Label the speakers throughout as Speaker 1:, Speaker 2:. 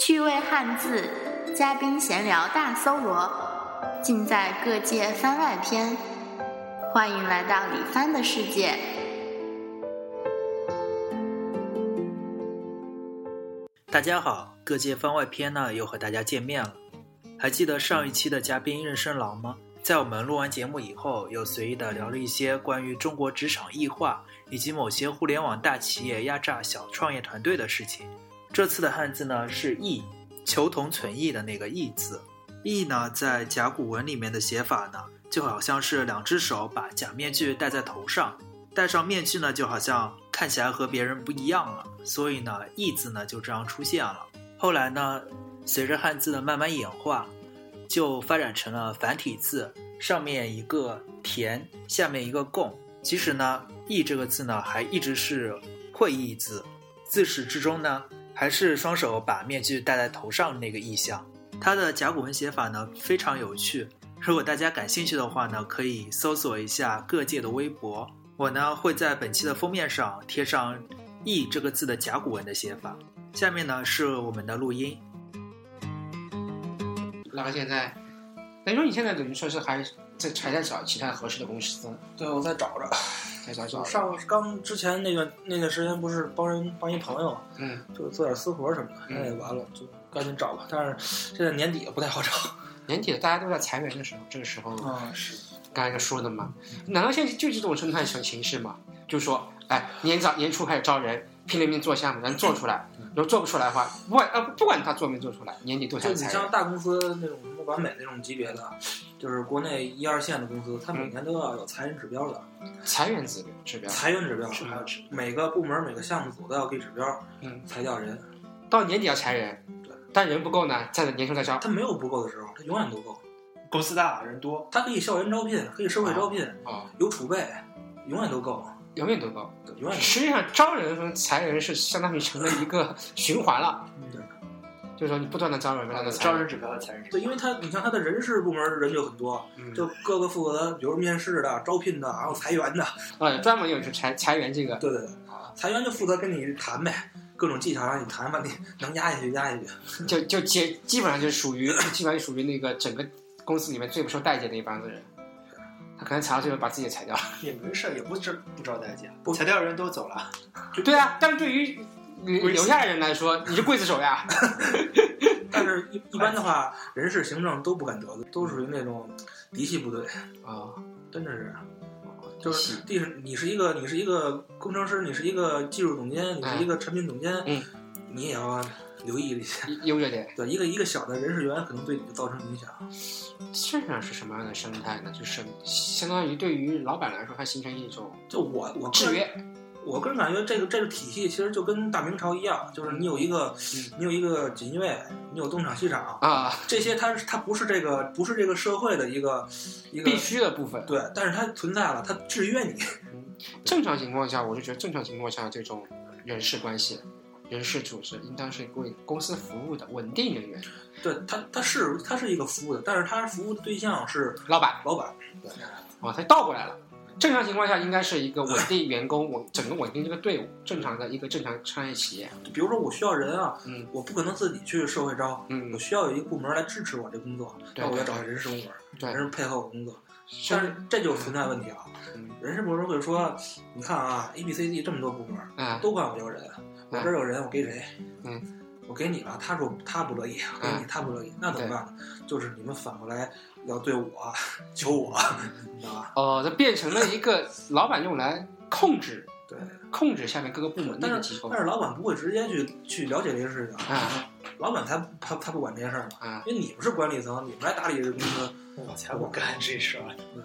Speaker 1: 趣味汉字，嘉宾闲聊大搜罗，尽在各界番外篇。欢迎来到李帆的世界。
Speaker 2: 大家好，各界番外篇呢又和大家见面了。还记得上一期的嘉宾任生郎吗？在我们录完节目以后，又随意的聊了一些关于中国职场异化以及某些互联网大企业压榨小创业团队的事情。这次的汉字呢是“异”，求同存异的那个“异”字。“异”呢，在甲骨文里面的写法呢，就好像是两只手把假面具戴在头上，戴上面具呢，就好像看起来和别人不一样了。所以呢，“异”字呢就这样出现了。后来呢，随着汉字的慢慢演化，就发展成了繁体字，上面一个“田”，下面一个“共”。其实呢，“异”这个字呢，还一直是会意字，自始至终呢。还是双手把面具戴在头上那个意象。它的甲骨文写法呢非常有趣，如果大家感兴趣的话呢，可以搜索一下各界的微博。我呢会在本期的封面上贴上“易”这个字的甲骨文的写法。下面呢是我们的录音。
Speaker 3: 然后现在，等于说你现在等于说是还在还在找其他合适的公司，
Speaker 4: 对，我在 找着。
Speaker 3: 在找找。
Speaker 4: 上刚之前那段那段时间，不是帮人帮一朋友，
Speaker 3: 嗯，
Speaker 4: 就做点私活什么的，
Speaker 3: 嗯
Speaker 4: 那也完了，就赶紧找吧。但是现在年底也不太好找。
Speaker 3: 年底了大家都在裁员的时候，这个时候
Speaker 4: 啊， 是。
Speaker 3: 刚才就说的嘛，难道现在就是这种生态形形式吗？就说，哎，年早年初开始招人，拼了命做项目，咱做出来，
Speaker 4: 嗯
Speaker 3: 如果做不出来的话，不管呃不管他做没做出来，年底都
Speaker 4: 就
Speaker 3: 想
Speaker 4: 你
Speaker 3: 裁
Speaker 4: 像
Speaker 3: 员。
Speaker 4: 大公司那种什么完美那种级别的，就是国内一二线的公司，它
Speaker 3: 嗯
Speaker 4: 每年都要有裁员指标的，
Speaker 3: 裁员指标指标，
Speaker 4: 裁员指标，
Speaker 3: 嗯是
Speaker 4: 还有每个部门每个项目组都要给指标
Speaker 3: 嗯，
Speaker 4: 裁掉人。
Speaker 3: 到年底要裁人
Speaker 4: 对，
Speaker 3: 但人不够呢，再年初再招。
Speaker 4: 它没有不够的时候，它永远都够。
Speaker 2: 公司大人多，
Speaker 4: 它可以校园招聘，可以社会招聘，
Speaker 3: 哦，
Speaker 4: 有储备，永远都够，
Speaker 3: 永远都够。
Speaker 4: 对永远
Speaker 3: 实际上，招人和裁人是相当于成了一个 循环了，
Speaker 4: 都够。
Speaker 3: 就是说你不断的招人，不断的裁
Speaker 2: 招
Speaker 3: 人。
Speaker 2: 人指标和裁人指标。
Speaker 4: 对，因为它你看它的人事部门人就很多，
Speaker 3: 嗯
Speaker 4: 就各个负责，比如面试的、招聘的，还有裁员的。
Speaker 3: 呃，专门有是裁裁员这个
Speaker 4: 对对对，
Speaker 3: 啊，
Speaker 4: 裁员就负责跟你谈呗，各种技巧让你谈吧，你
Speaker 3: 嗯
Speaker 4: 能压下去压下去。
Speaker 3: 就就基基本上就属于基本上属于那个整个公司里面最不受待见的一帮子人，他可能裁到最后把自己裁掉了。
Speaker 2: 也没事，也不是不招代价
Speaker 4: 不
Speaker 2: 裁掉人都走了。
Speaker 3: 对啊，但是对于留留下来人来说，你是刽子手呀。
Speaker 4: 但是一，一般的话，人事、行政都不敢得罪，都属于那种嫡系部队，
Speaker 3: 啊，
Speaker 4: 真的是。就是地是你是一个你是一个工程师，你是一个技术总监，你是一个产品总监，
Speaker 3: 嗯
Speaker 4: 你也要留意一下。
Speaker 3: 优优越点。
Speaker 4: 对，一个一个小的人事员可能对你造成影响。
Speaker 3: 这样是什么样的生态呢？就是相当于对于老板来说，它形成一种
Speaker 4: 就我我个人
Speaker 3: 制约。
Speaker 4: 我个人感觉这个这个体系其实就跟大明朝一样，就是你有一个、
Speaker 3: 嗯
Speaker 4: 你有一个锦衣卫，你有东厂西厂，
Speaker 3: 啊，
Speaker 4: 这些它是它不是这个不是这个社会的一个一个
Speaker 3: 必须的部分。
Speaker 4: 对，但是它存在了，它制约你。
Speaker 3: 正常情况下，我就觉得正常情况下这种人事关系、人事组织应当是为公司服务的稳定人员，
Speaker 4: 对它它是它是一个服务的，但是它服务的对象是
Speaker 3: 老板
Speaker 4: 老板。
Speaker 3: 啊，他倒过来了。正常情况下应该是一个稳定员工，稳整个稳定这个队伍，正常的一个正常商业企业。
Speaker 4: 比如说我需要人啊，
Speaker 3: 嗯
Speaker 4: 我不可能自己去社会招，
Speaker 3: 嗯
Speaker 4: 我，需要有一个部门来支持我这工作，
Speaker 3: 对
Speaker 4: 那我要找人事部门，
Speaker 3: 对
Speaker 4: 人，事配合我工作。但
Speaker 3: 但
Speaker 4: 是这就存在问题了
Speaker 3: 嗯，
Speaker 4: 人事部门会说，你看啊，A、B、C、D 这么多部门。
Speaker 3: 啊，
Speaker 4: 都管我要人，我这儿有人，我给谁？
Speaker 3: 嗯，
Speaker 4: 我给你了。他说他不乐意，我给你他不乐意，那怎么办呢？就是你们反过来要对我 求我，你知道吧？
Speaker 3: 哦，它变成了一个老板用来控制
Speaker 4: 对，
Speaker 3: 控制下面各个部门的一个机构
Speaker 4: 但是老板不会直接去去了解这些事情，
Speaker 3: 啊
Speaker 4: 老板才他他不管这些事儿呢，
Speaker 3: 啊，
Speaker 4: 因为你们是管理层，你们来打理这公司，
Speaker 2: 我才不干这事儿，
Speaker 4: 嗯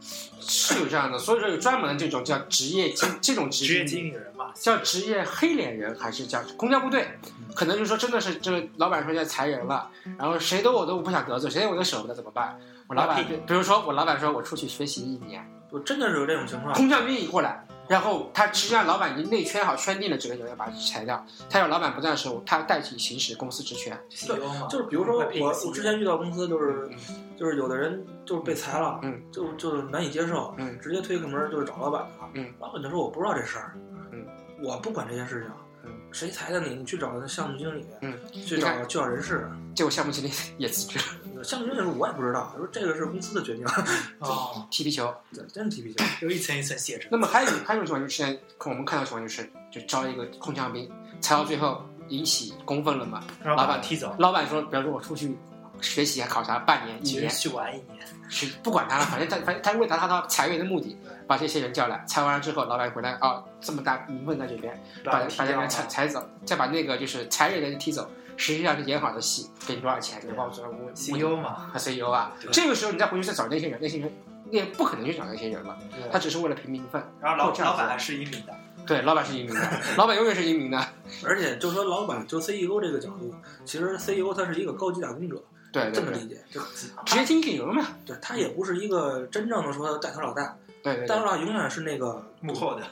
Speaker 3: 是有这样的，所以说有专门的这种叫职业经这种职
Speaker 2: 职业经理人嘛。
Speaker 3: 叫职业黑脸人还是叫公交部队，可能就说真的是这个老板说要裁人了，然后谁都我都不想得罪，谁我都舍不得怎么办？我老板，
Speaker 2: 那
Speaker 3: 比如说我老板说我出去学习一年，
Speaker 4: 我真的是有这种情况。
Speaker 3: 空降兵一过来，然后他实际上老板已经内圈好圈定了这个人要把他裁掉，他要老板不在的时候，他代替行使公司职权。
Speaker 2: E
Speaker 4: 就是比如说我我之前遇到公司就是
Speaker 3: 嗯
Speaker 4: 就是有的人就是被裁了，
Speaker 3: 嗯，
Speaker 4: 就就是难以接受，
Speaker 3: 嗯
Speaker 4: 直接推开门就是找老板了，
Speaker 3: 嗯，
Speaker 4: 老板就说我不知道这事儿，
Speaker 3: 嗯，
Speaker 4: 我不管这些事情，
Speaker 3: 嗯，
Speaker 4: 谁裁的你？你去找那项目经理，
Speaker 3: 嗯，
Speaker 4: 去
Speaker 3: 你
Speaker 4: 找
Speaker 3: 看
Speaker 4: 去找人事。
Speaker 3: 结果项目经理 也辞职了，
Speaker 4: 项目经理说我也不知道，说这个是公司的决定，
Speaker 2: 哦，
Speaker 3: 踢皮球。
Speaker 4: 对真踢皮球。
Speaker 2: 又一层一层卸着。
Speaker 3: 那么还有还有一种情况就是现在看我们看到情况就是，就招一个空降兵，裁到最后引起公愤了嘛？
Speaker 4: 嗯
Speaker 2: 然后
Speaker 3: 老
Speaker 4: 啊
Speaker 2: 把
Speaker 3: 板
Speaker 2: 踢走，
Speaker 3: 老板说，比方说我出去学习啊，考察半年一
Speaker 2: 其实
Speaker 4: 嗯
Speaker 3: 年，
Speaker 2: 去玩一年，
Speaker 3: 去不管他了，反正他反正他为达到他裁员的目的，把这些人叫来，裁完了之后，老板回来啊、这么大名分在这边，把
Speaker 2: 把
Speaker 3: 把这
Speaker 2: 人
Speaker 3: 人裁裁走，再把那个就是裁人的人踢走，实际上是演好的戏，给你多少钱，
Speaker 4: 啊
Speaker 3: 你帮我做我我
Speaker 4: E
Speaker 2: CEO E 嘛，
Speaker 3: 和 CEO 啊
Speaker 2: 对，
Speaker 3: 这个时候你再回去再找那些人，那些人那不可能去找那些人了，
Speaker 4: 嗯
Speaker 3: 他
Speaker 2: 对。
Speaker 3: 只是为了平民愤。
Speaker 2: 然后老
Speaker 3: 够这样
Speaker 2: 老
Speaker 3: 子
Speaker 2: 板还是移民的，
Speaker 3: 对，老板是移民 的，老板永远是移民的。
Speaker 4: 而且就说老板就 CEO 这个角度，其实 CEO 他是一个高级打工者，
Speaker 3: 对
Speaker 4: 这
Speaker 3: 对
Speaker 4: 么
Speaker 3: 对，
Speaker 4: 理解。就
Speaker 3: 直接听顶流嘛。
Speaker 4: 对他也不是一个真正的说带头老大，
Speaker 3: 对对
Speaker 4: 带头
Speaker 3: 对，
Speaker 4: 老大永远是那个
Speaker 2: 幕，后 的，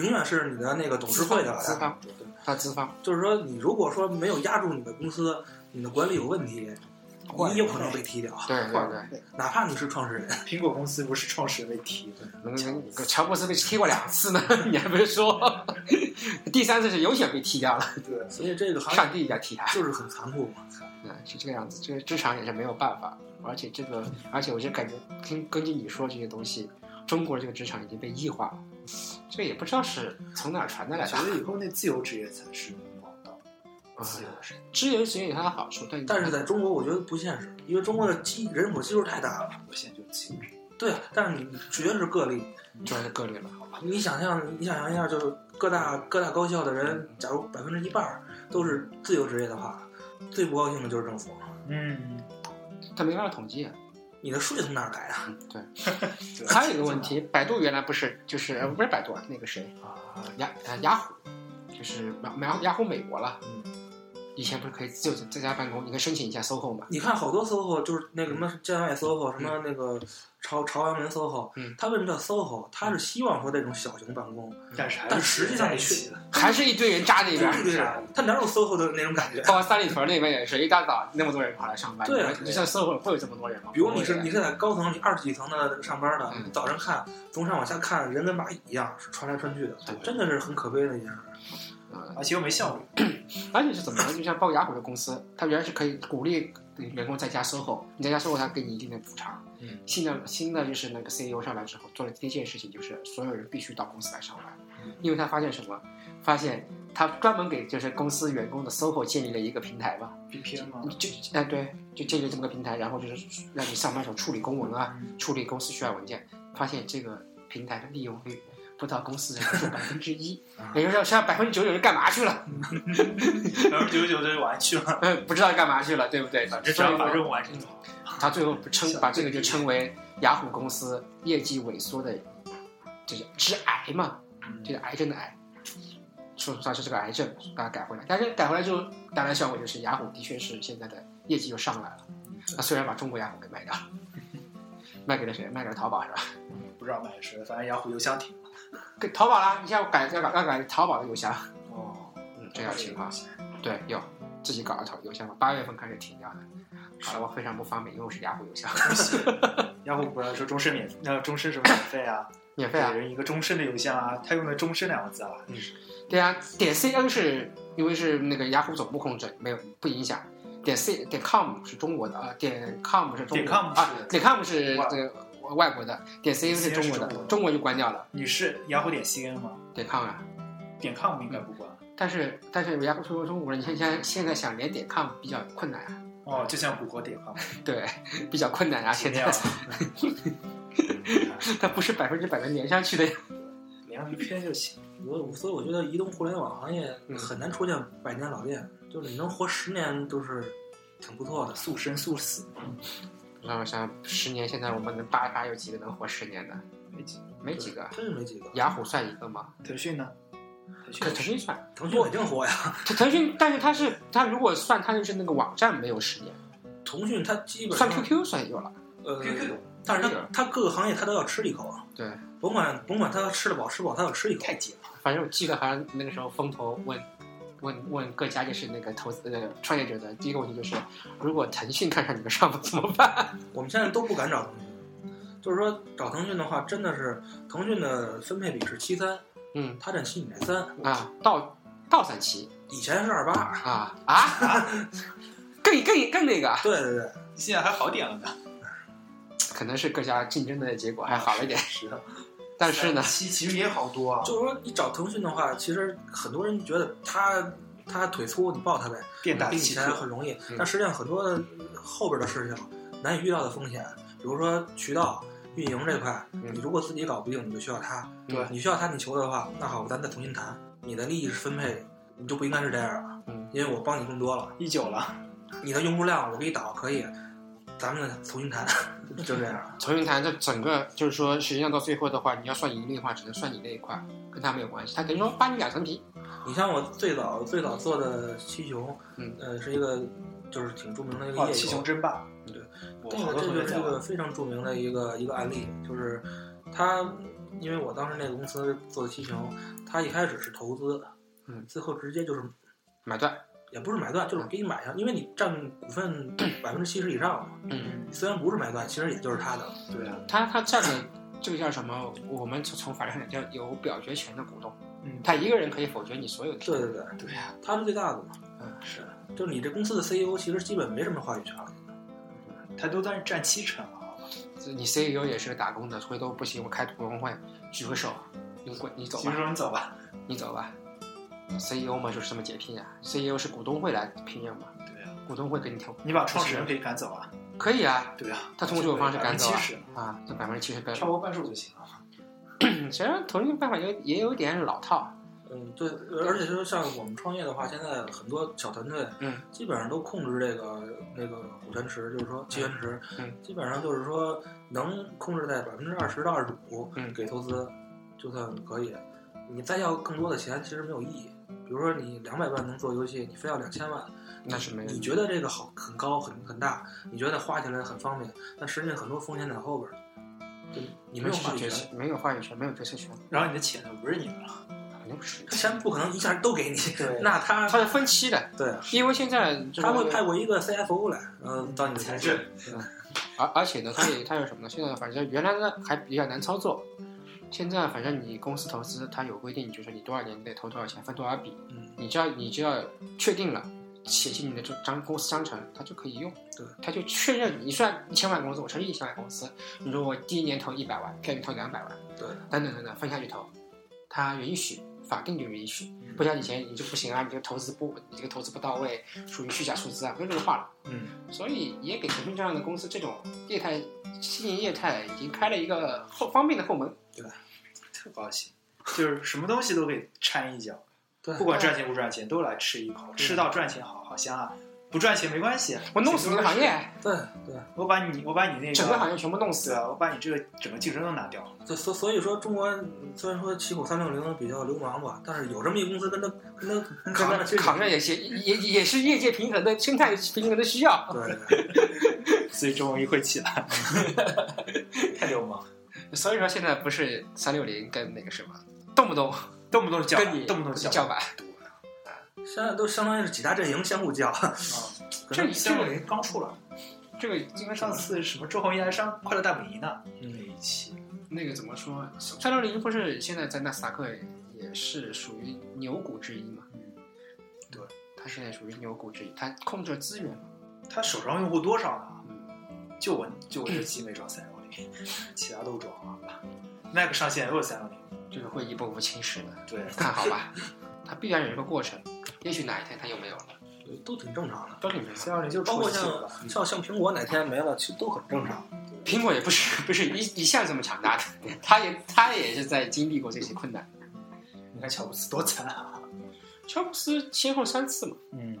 Speaker 4: 永远是你的那个董事会的老
Speaker 3: 资
Speaker 4: 大。
Speaker 3: 方
Speaker 4: 对，对
Speaker 3: 他资方
Speaker 4: 就是说你如果说没有压住你的公司，你的管理有问题，
Speaker 3: 坏嗯
Speaker 4: 你有可能被踢掉，
Speaker 3: 对对对，
Speaker 4: 哪怕你是创始人。
Speaker 2: 苹果公司不是创始人被踢的，
Speaker 3: 能能，乔布斯被踢过两次呢， 你还别说，第三次是有选被踢掉了，
Speaker 2: 对，
Speaker 4: 所以这个行
Speaker 3: 上帝也要踢他。
Speaker 4: 业就是很残酷嘛。
Speaker 3: 嗯，是这个样子，这个职场也是没有办法，而且这个，而且我就感觉听根据你说这些东西，中国这个职场已经被异化了，这也不知道是从哪儿传的来
Speaker 2: 我
Speaker 3: 的
Speaker 2: 觉。得以后那自由职业才是王道，自
Speaker 3: 嗯
Speaker 2: 由职业。
Speaker 3: 自由职业有它的好处，但
Speaker 4: 但是在中国，我觉得不现实，因为中国的基人口基数太大了。
Speaker 2: 我现在就自由职业，
Speaker 4: 对啊，但是你绝对是个例。
Speaker 3: 主要是个例了，好吧？
Speaker 4: 你想象，你想象一下，就是各大各大高校的人，假如百分之一半儿都是自由职业的话，最不高兴的就是政府。
Speaker 2: 嗯，
Speaker 3: 它没办法统计啊。
Speaker 4: 你的税从哪儿来啊？
Speaker 3: 对，
Speaker 2: 对
Speaker 3: 还有一个问题，百度原来不是就是呃不是百度啊，那个谁啊雅呃雅虎，就是雅雅虎美国了。
Speaker 4: 嗯
Speaker 3: 以前不是可以自由在家办公，你可以申请一下 SOHO 嘛？
Speaker 4: 你看好多 SOHO，就是那个什么建外 SOHO，什么那个朝朝阳门 SOHO，
Speaker 3: 嗯
Speaker 4: 它为什么叫 SOHO？它是希望说这种小型办公，
Speaker 2: 但是还
Speaker 4: 但
Speaker 2: 是
Speaker 4: 实际上
Speaker 2: 在一
Speaker 4: 你去
Speaker 2: 起的，
Speaker 3: 还是一堆人扎那边儿，
Speaker 4: 对对对，它哪有 SOHO 的那种感觉？
Speaker 3: 包括三里屯那边也是一大早那么多人跑来上班，
Speaker 4: 对啊
Speaker 3: 你像社会会有这么多人吗？
Speaker 4: 比如你是
Speaker 3: 不会
Speaker 4: 你
Speaker 3: 的
Speaker 4: 是在高层，你二十几层的上班的，
Speaker 3: 嗯
Speaker 4: 你早上看从上往下看，人跟蚂蚁一样穿来穿去的
Speaker 3: 对，
Speaker 4: 真的是很可悲的一件 事。
Speaker 3: 嗯
Speaker 2: 而且又没效率，
Speaker 3: 而且是怎么呢？就像包括雅虎的公司，它原来是可以鼓励员工在家 SOHO，你在家 SOHO 它给你一定的补偿。
Speaker 2: 嗯，
Speaker 3: 新的新的就是那个 CEO 上来之后做的第一件事情就是所有人必须到公司来上班，
Speaker 2: 嗯
Speaker 3: 因为他发现什么？发现他专门给就是公司员工的 SOHO 建立了一个平台吧，
Speaker 2: VPN 吗？
Speaker 3: 就哎对，就建立这么个平台，然后就是让你上班时候处理公文啊，
Speaker 2: 嗯
Speaker 3: 处理公司需要文件，发现这个平台的利用率不到公司人数 百分之一
Speaker 2: 啊，
Speaker 3: 也就是说，现在百分之九十九人干嘛去了？
Speaker 2: 百分之九十九都玩去了，
Speaker 3: 嗯，不知道干嘛去了，对不对？
Speaker 2: 反正只要把任务完成就好。
Speaker 3: 他最后不称把这个就称为雅虎公司业绩萎缩的，就是致癌嘛，
Speaker 2: 嗯
Speaker 3: 就是癌症的癌。说出它是这个癌症，把它改回来。但是改回来之后，带来效果就是雅虎的确是现在的业绩又上来了。那虽然把中国雅虎给卖 掉了，卖给了谁？卖给了淘宝是吧？
Speaker 2: 不知道卖给谁，反正雅虎邮箱停了。
Speaker 3: 给淘宝啦，你像我改要改要改淘宝的邮箱，
Speaker 2: 哦，
Speaker 3: 嗯，这样情况，对，有自己搞的淘邮箱嘛，八月份开始停掉的。好了，我非常不方便，因为我是雅虎邮箱，
Speaker 2: 雅虎不是说终身免，那终身什么免费 啊？
Speaker 3: 免费
Speaker 2: 给
Speaker 3: 啊。
Speaker 2: 人一个终身的邮箱啊，他用的“终身”两个字啊，
Speaker 3: 对啊，点 cn 是因为是那个雅虎总部控制，没有不影响。点 c 点 com 是中国的啊，点 com 是中国
Speaker 2: 点
Speaker 3: 的
Speaker 2: com
Speaker 3: 啊
Speaker 2: 是，
Speaker 3: 点 com 是
Speaker 2: 外
Speaker 3: 这个外国的，点 cn 是中
Speaker 2: 中
Speaker 3: 国的
Speaker 2: 国的，
Speaker 3: 中国就关掉了
Speaker 2: 你是雅虎点 cn 吗？
Speaker 3: 点 com 啊。
Speaker 2: 点 com 应该不管。
Speaker 3: 但是但是雅虎中国中国人，你看现在现在想连点 com 比较困难啊，
Speaker 2: 哦，就像谷歌点 com，
Speaker 3: 对， 比较困难啊，现在
Speaker 2: 样，
Speaker 3: 它不是百分之百的连上去的呀。
Speaker 2: 连 VPN 就行。
Speaker 4: 我所以我觉得移动互联网行业
Speaker 3: 嗯
Speaker 4: 很难出现百年老店，就是你能活十年都是挺不错的。
Speaker 2: 速生速死，
Speaker 3: 让我想想，十年现在我们能八八有几个能活十年的？
Speaker 2: 没几个。
Speaker 3: 没几个。
Speaker 4: 真是没几个。
Speaker 3: 雅虎算一个吗？
Speaker 2: 腾讯呢？腾
Speaker 3: 可腾
Speaker 2: 讯
Speaker 3: 讯算，
Speaker 4: 腾讯肯定活呀，
Speaker 3: 腾腾讯，但是它是它如果算，它就是那个网站没有十年，
Speaker 4: 腾讯它基本
Speaker 3: 算
Speaker 4: 上
Speaker 3: QQ 算有了。嗯
Speaker 4: 呃
Speaker 2: QQ，
Speaker 4: 但是它
Speaker 3: 是
Speaker 4: 它各个行业它都要吃一口啊，
Speaker 3: 对，
Speaker 4: 甭管甭管它吃得饱吃不饱，它要吃一口。
Speaker 2: 太紧了，
Speaker 3: 反正我记得好像那个时候风投问问问各家就是那个投资呃创业者的第一个问题就是，如果腾讯看上你们项目怎么办？
Speaker 4: 我们现在都不敢找腾讯，就是说找腾讯的话，真的是腾讯的分配比是七三，
Speaker 3: 嗯
Speaker 4: 它占七，你占三，
Speaker 3: 啊，倒倒三期，
Speaker 4: 以前是二八二，
Speaker 3: 啊啊，更更更那个，
Speaker 4: 对对对，
Speaker 5: 现在还好点了呢。
Speaker 3: 可能是各家竞争的结果还好了一 点，
Speaker 5: 是的，
Speaker 3: 但是呢，
Speaker 5: 哎其其实也好多啊，
Speaker 4: 就是说你找腾讯的话，其实很多人觉得他他腿粗，你抱他呗，
Speaker 5: 变大
Speaker 4: 比以
Speaker 5: 气
Speaker 4: 前
Speaker 5: 特。
Speaker 4: 很容易
Speaker 3: 嗯，
Speaker 4: 但实际上很多的后边的事情难以预料的风险，比如说渠道运营这块，
Speaker 3: 嗯
Speaker 4: 你如果自己搞不定，你就需要他，
Speaker 5: 对
Speaker 4: 你需要他你求的话，那好，咱再重新谈，你的利益分配你就不应该是这样了，
Speaker 3: 嗯
Speaker 4: 因为我帮你更多了，
Speaker 5: 一九了，
Speaker 4: 你的用户量我给你导可以，咱们重新谈， 就这样，
Speaker 3: 重新谈这整个就是说，实际上到最后的话，你要算盈利的话，只能算你那一块，跟他没有关系，他等于说扒你两层皮。
Speaker 4: 你像我最早最早做的七雄，
Speaker 3: 嗯
Speaker 4: 呃，是一个就是挺著名的一个
Speaker 2: 哦
Speaker 5: 哇，
Speaker 4: 业
Speaker 5: 啊七
Speaker 4: 友
Speaker 5: 雄，争霸，
Speaker 4: 对，
Speaker 5: 我
Speaker 4: 这
Speaker 5: 好
Speaker 4: 个
Speaker 5: 多
Speaker 4: 这
Speaker 5: 同学
Speaker 4: 个
Speaker 5: 讲
Speaker 4: 这个非常著名的一个一个案例，就是他，因为我当时那个公司做的七情，他一开始是投资，
Speaker 3: 嗯
Speaker 4: 最后直接就是
Speaker 3: 买断，
Speaker 4: 也不是买断，就是给你买下，因为你占股份百分之七十以上嘛，
Speaker 3: 嗯，
Speaker 4: 虽然不是买断，其实也就是他的，
Speaker 2: 嗯
Speaker 5: 对啊，
Speaker 3: 他他占了这个叫什么？我们从从法律上讲叫有表决权的股东，
Speaker 5: 嗯，
Speaker 3: 他一个人可以否决你所有的。
Speaker 4: 对对对，
Speaker 5: 对呀，
Speaker 4: 他是最大的嘛，
Speaker 3: 嗯
Speaker 5: 是，
Speaker 4: 就是你这公司的 CEO 其实基本没什么话语权了，
Speaker 5: 他都在占七成了，好吧？
Speaker 3: 你 CEO 也是个打工的，回头不行我开股东会，举个手，你滚，你走
Speaker 5: 所以
Speaker 3: 吧，
Speaker 5: 说你走吧，
Speaker 3: 你走吧。CEO 嘛就是这么解聘呀、c e o 是股东会来聘用嘛，
Speaker 5: 对啊，
Speaker 3: 股东会给你调，
Speaker 5: 你把创始人可以赶走啊，
Speaker 3: 可以啊，
Speaker 5: 对啊，
Speaker 3: 他通过这种方式赶走
Speaker 5: 百
Speaker 3: 啊
Speaker 5: 分之七，
Speaker 3: 啊，这百分之七十被
Speaker 5: 十，超过半数就行了。
Speaker 3: 其实同样办法有也有点老套，
Speaker 4: 嗯，对，而且说像我们创业的话，现在很多小团队，
Speaker 3: 嗯，
Speaker 4: 基本上都控制这个那个股权池，就是说期权池，
Speaker 3: 嗯，
Speaker 4: 基本上就是说能控制在百分之二十到二十五，
Speaker 3: 嗯
Speaker 4: 给投资就算可以。你再要更多的钱，其实没有意义。比如说你两百万能做游戏，你非要两千万，
Speaker 3: 那是没有
Speaker 4: 你觉得这个好很高很很大，你觉得花起来很方便，但实际上很多风险在后边儿。就你
Speaker 3: 你
Speaker 4: 没有话
Speaker 3: 话
Speaker 4: 语
Speaker 3: 语
Speaker 4: 权，
Speaker 3: 权，没有话语权，没有决策权，
Speaker 5: 然后你的钱就不是你的了，
Speaker 3: 肯定不是。
Speaker 4: 钱不可能一下都给你，
Speaker 5: 对
Speaker 4: 那他
Speaker 3: 它是分期的，
Speaker 4: 对。
Speaker 3: 因为现在就是
Speaker 4: 他会派过一个 CFO 来，然后到你们
Speaker 5: 财
Speaker 4: 公司
Speaker 5: 政。
Speaker 3: 而而且呢，它也它有什么呢？现在反正原来呢还比较难操作，现在反正你公司投资它有规定，就是你多少年内投多少钱，分多少笔，
Speaker 4: 嗯，
Speaker 3: 你只要你只要确定了，写进你的这章公司章程，它就可以用。
Speaker 4: 对，
Speaker 3: 它就确认你虽然一千万公司，我承认一千万公司，你说我第一年投一百万，第二年投两百万，
Speaker 4: 对，
Speaker 3: 等等等等分下去投，它允许。法定就允许，不像以前你就不行啊，你这个投资不，你这个投资不到位，属于虚假数字啊，不用这个话了。
Speaker 4: 嗯，
Speaker 3: 所以也给腾讯这样的公司这种业态经营业态已经开了一个后方便的后门。
Speaker 5: 特高兴，就是什么东西都可以掺一脚，
Speaker 4: 对
Speaker 3: 嗯
Speaker 5: 不管赚钱不赚钱都来吃一口，吃到赚钱好好香啊！不赚钱没关系，
Speaker 3: 我弄死你的行业，
Speaker 4: 对对，
Speaker 5: 我把你我把你那
Speaker 3: 整个行
Speaker 5: 个
Speaker 3: 业全部弄
Speaker 5: 对
Speaker 3: 死。
Speaker 5: 啊，我把你这个整个竞争都拿掉，
Speaker 4: 就所所以说中国嗯虽然说旗鼓三六零比较流氓吧，但是有这么一公司跟他跟他
Speaker 3: 可
Speaker 4: 扛着
Speaker 3: 能
Speaker 4: 其实
Speaker 3: 扛着也是也也是业界平衡的生态平衡的需要，
Speaker 4: 对对
Speaker 5: 所以中文一会起来，太流氓，
Speaker 3: 所以说现在不是三六零跟那个什么，动不动
Speaker 5: 动不动就叫
Speaker 3: 跟你
Speaker 5: 动不动就
Speaker 3: 叫
Speaker 5: 板。
Speaker 3: 板，
Speaker 4: 对，现在都相当于是几大阵营相互叫， 可
Speaker 3: 这
Speaker 4: 能
Speaker 3: 里
Speaker 5: 这个人刚出来，
Speaker 3: 这个
Speaker 5: 因为上次什么周鸿祎还上《快乐大本营》呢，那
Speaker 4: 嗯
Speaker 5: 一期
Speaker 3: 那个怎么说？三六零不是现在在纳斯达克也是属于牛股之一嘛？
Speaker 5: 嗯，对，
Speaker 3: 它现在属于牛股之一，它控制了资源嘛。
Speaker 5: 他手上用户多少呢？
Speaker 3: 嗯，
Speaker 5: 就我就我这期没装三六零，其他都装了。Mac 上线也有三六零，
Speaker 3: 这个会一步步侵蚀的，
Speaker 5: 对，
Speaker 3: 看好吧，它必然有一个过程，也许哪一天它又没有了，
Speaker 4: 都挺正常的。
Speaker 3: 都挺正常。
Speaker 5: 三六零就
Speaker 4: 包括
Speaker 5: 出新
Speaker 4: 像
Speaker 5: 了。
Speaker 4: 像像苹果哪天没了，其实都很正常。
Speaker 3: 苹果也不是不是一一向这么强大的，它也它也是在经历过这些困难。
Speaker 5: 你看乔布斯多惨啊！
Speaker 3: 乔布斯先后三次嘛，
Speaker 5: 嗯，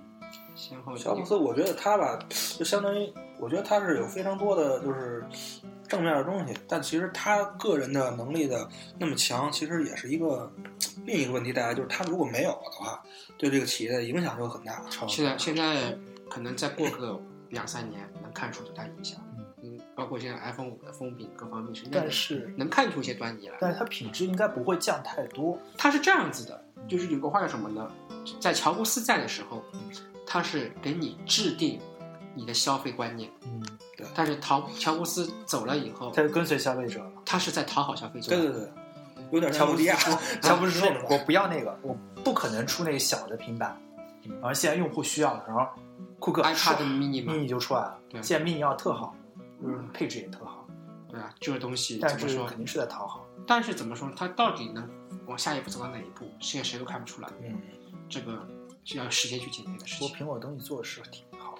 Speaker 3: 先后
Speaker 4: 乔布斯，我觉得他吧，就相当于，我觉得他是有非常多的就是正面的东西，但其实他个人的能力的那么强，其实也是一个另一个问题带来，就是他如果没有的话，对这个企业的影响就很大。
Speaker 3: 现在现在可能再过个两三年能看出对它影响，嗯，包括现在 iPhone 五的风评各方面是，
Speaker 5: 但是
Speaker 3: 能看出一些端倪来。
Speaker 5: 但是它品质应该不会降太多。
Speaker 3: 他是这样子的，就是有个话叫什么呢？在乔布斯在的时候，他是给你制定你的消费观念，
Speaker 5: 嗯，
Speaker 3: 但是乔乔布斯走了以后，
Speaker 5: 它就跟随消费者了。
Speaker 3: 他是在讨好消费者。
Speaker 4: 对对对，有点像
Speaker 5: 乔布
Speaker 4: 诺
Speaker 5: 斯
Speaker 3: 啊
Speaker 2: 呃
Speaker 4: 基亚，
Speaker 2: 啊
Speaker 5: 乔布斯说啊
Speaker 4: 那：“种
Speaker 5: 我不要那个，我不可能出那个小的平板，
Speaker 2: 而现在用户需要的时候，库克
Speaker 3: iPad mini 嘛，
Speaker 2: mini 就出来了，
Speaker 3: 对
Speaker 2: 现在 mini 要特好，
Speaker 3: 嗯，
Speaker 2: 配置也特好，
Speaker 3: 对啊，这个东西
Speaker 2: 但
Speaker 3: 怎
Speaker 2: 是
Speaker 3: 么说
Speaker 2: 肯？定是在讨好。
Speaker 3: 但是怎么说，它到底能往下一步走到哪一步，谁也谁都看不出来。
Speaker 4: 嗯，
Speaker 3: 这个是要时间去检验的事
Speaker 2: 不过
Speaker 3: 情。
Speaker 2: 苹果东西做的是挺好，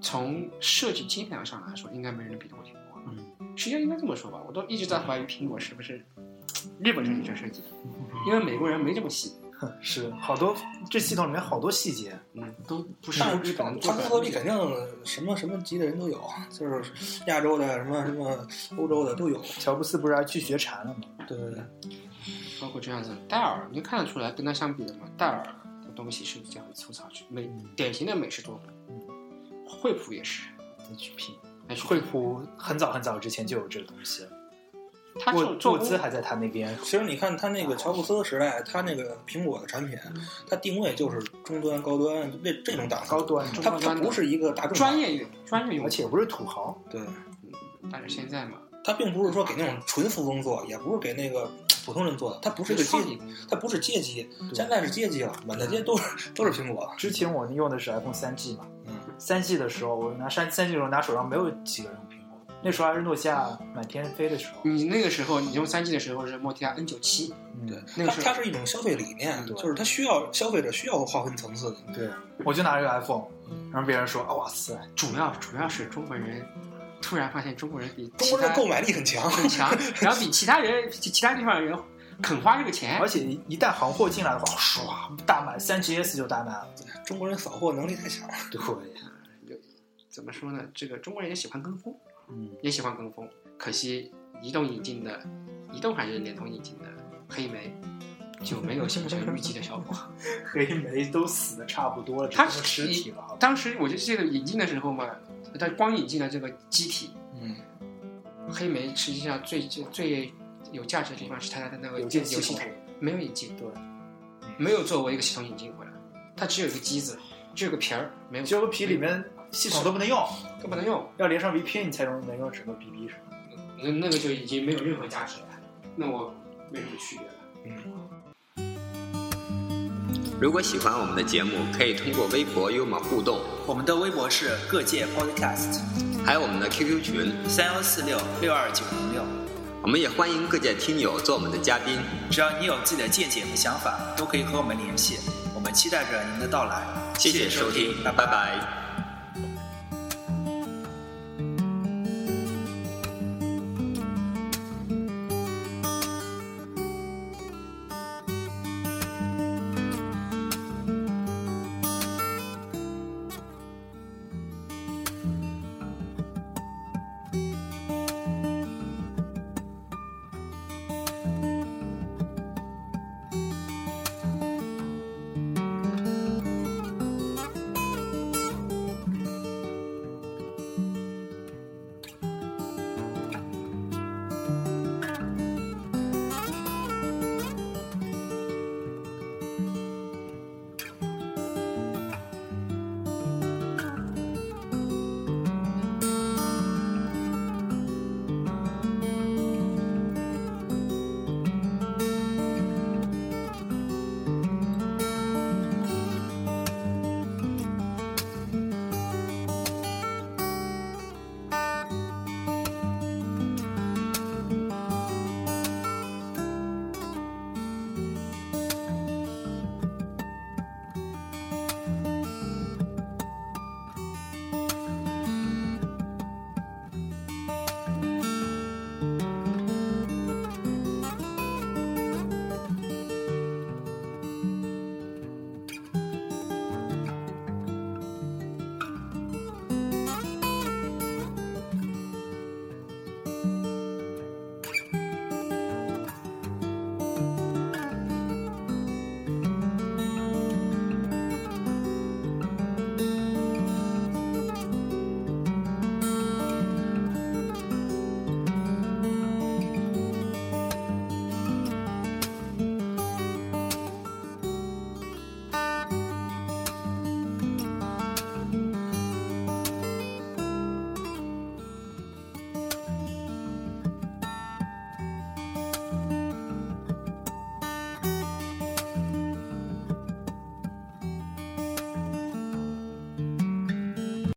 Speaker 3: 从设计精良上来说，应该没人比得过苹果。
Speaker 2: 嗯，
Speaker 3: 实际上应该这么说吧，我都一直在怀疑苹果是不是日本设计者设计的，
Speaker 2: 嗯
Speaker 3: 因为美国人没这么细，
Speaker 2: 是好多这系统里面好多细节，
Speaker 3: 嗯，都不是
Speaker 4: 但
Speaker 3: 日
Speaker 4: 是
Speaker 3: 本人
Speaker 4: 他
Speaker 3: 做
Speaker 4: 们
Speaker 3: 的。
Speaker 4: 合力肯定什么什么级的人都有，啊就是亚洲的什么什么欧洲的都有。
Speaker 2: 乔布斯不是还去学禅了吗？
Speaker 4: 对对对，
Speaker 3: 包括这样子，戴尔你就看得出来，跟它相比的嘛，戴尔的东西是比较粗糙，是美
Speaker 2: 嗯
Speaker 3: 典型的美式作风。惠普也是
Speaker 2: ，HP 惠
Speaker 3: ，HP
Speaker 2: 普很早很早之前就有这个东西，
Speaker 3: 它
Speaker 2: 沃
Speaker 3: 做
Speaker 2: 沃
Speaker 3: 做
Speaker 2: 兹
Speaker 3: 工
Speaker 2: 还在他那边，
Speaker 4: 其实你看他那个乔布斯的时代，他那个苹果的产品，
Speaker 3: 嗯
Speaker 4: 它定位就是中端、高端这这种档次，
Speaker 2: 高端
Speaker 4: 它它不是一个大众
Speaker 3: 专业用专业用户，
Speaker 2: 而且不是土豪，
Speaker 4: 对。
Speaker 3: 但是现在嘛，
Speaker 4: 它并不是说给那种纯富翁做，也不是给那个普通人做的，它不是一个阶
Speaker 3: 创意嗯
Speaker 4: 级，它不是阶级，
Speaker 2: 对
Speaker 4: 现在是阶级了，满大街都是都是苹果，
Speaker 2: 之前我用的是 iPhone 三 G 嘛，
Speaker 4: 嗯，
Speaker 2: 三 G 的时候我拿三三 G 的时候拿手上没有几个人用苹果，那时候还是诺基亚满天飞的时候，
Speaker 3: 你那个时候你用三 G 的时候是诺基亚 N 9 7
Speaker 2: 嗯
Speaker 4: 对，
Speaker 3: 那个
Speaker 4: 它
Speaker 3: 是
Speaker 4: 它是一种消费理念，
Speaker 2: 对
Speaker 4: 就是它需要消费者需要划分层次的，
Speaker 2: 对，我就拿这个 iPhone，然后别人说啊哇塞，
Speaker 3: 主要主要是中国人突然发现中国人比
Speaker 4: 中
Speaker 3: 其
Speaker 4: 国人
Speaker 3: 他
Speaker 4: 的购买力很强，
Speaker 3: 很强，然后比其他人比其他地方人肯花这个钱
Speaker 2: 而，且一一旦行货进来的话，唰大买，三 GS 就大卖了，
Speaker 4: 中国人扫货能力太强了，
Speaker 2: 对，
Speaker 3: 怎么说呢？这个中国人也喜欢跟风，
Speaker 2: 嗯，
Speaker 3: 也喜欢跟风，可惜移动引进的，移动还是联通引进的黑莓。就没有形成预计的效果。
Speaker 2: 黑莓都死的差不多了，只
Speaker 3: 它
Speaker 2: 剩尸体了，好吧
Speaker 3: 当时我就记得引进的时候嘛，它光引进了这个机体，
Speaker 4: 嗯，
Speaker 3: 黑莓实际上最最最有价值的地方是它的那个
Speaker 2: 邮
Speaker 3: 游
Speaker 2: 件系
Speaker 3: 系
Speaker 2: 统
Speaker 3: 统没有引进，
Speaker 2: 对，
Speaker 3: 没有作为一个系统引进回来，它只有一个机子，只有个皮儿，没有
Speaker 2: 只有个皮里面系统都不能用，
Speaker 3: 都不能用，
Speaker 2: 要连上 VPN 你才能能用整个 BB 上。
Speaker 3: 那那个就已经没有任何价值了，那我没什么区别了。
Speaker 6: 如果喜欢我们的节目，可以通过微博与我们互动，
Speaker 2: 我们的微博是各界 Podcast
Speaker 6: 还有我们的 QQ 群。
Speaker 2: 三幺四六六二九零六，
Speaker 6: 我们也欢迎各界听友做我们的嘉宾。
Speaker 2: 只要你有自己的见解和想法，都可以和我们联系，我们期待着您的到来。
Speaker 6: 谢谢收听，拜拜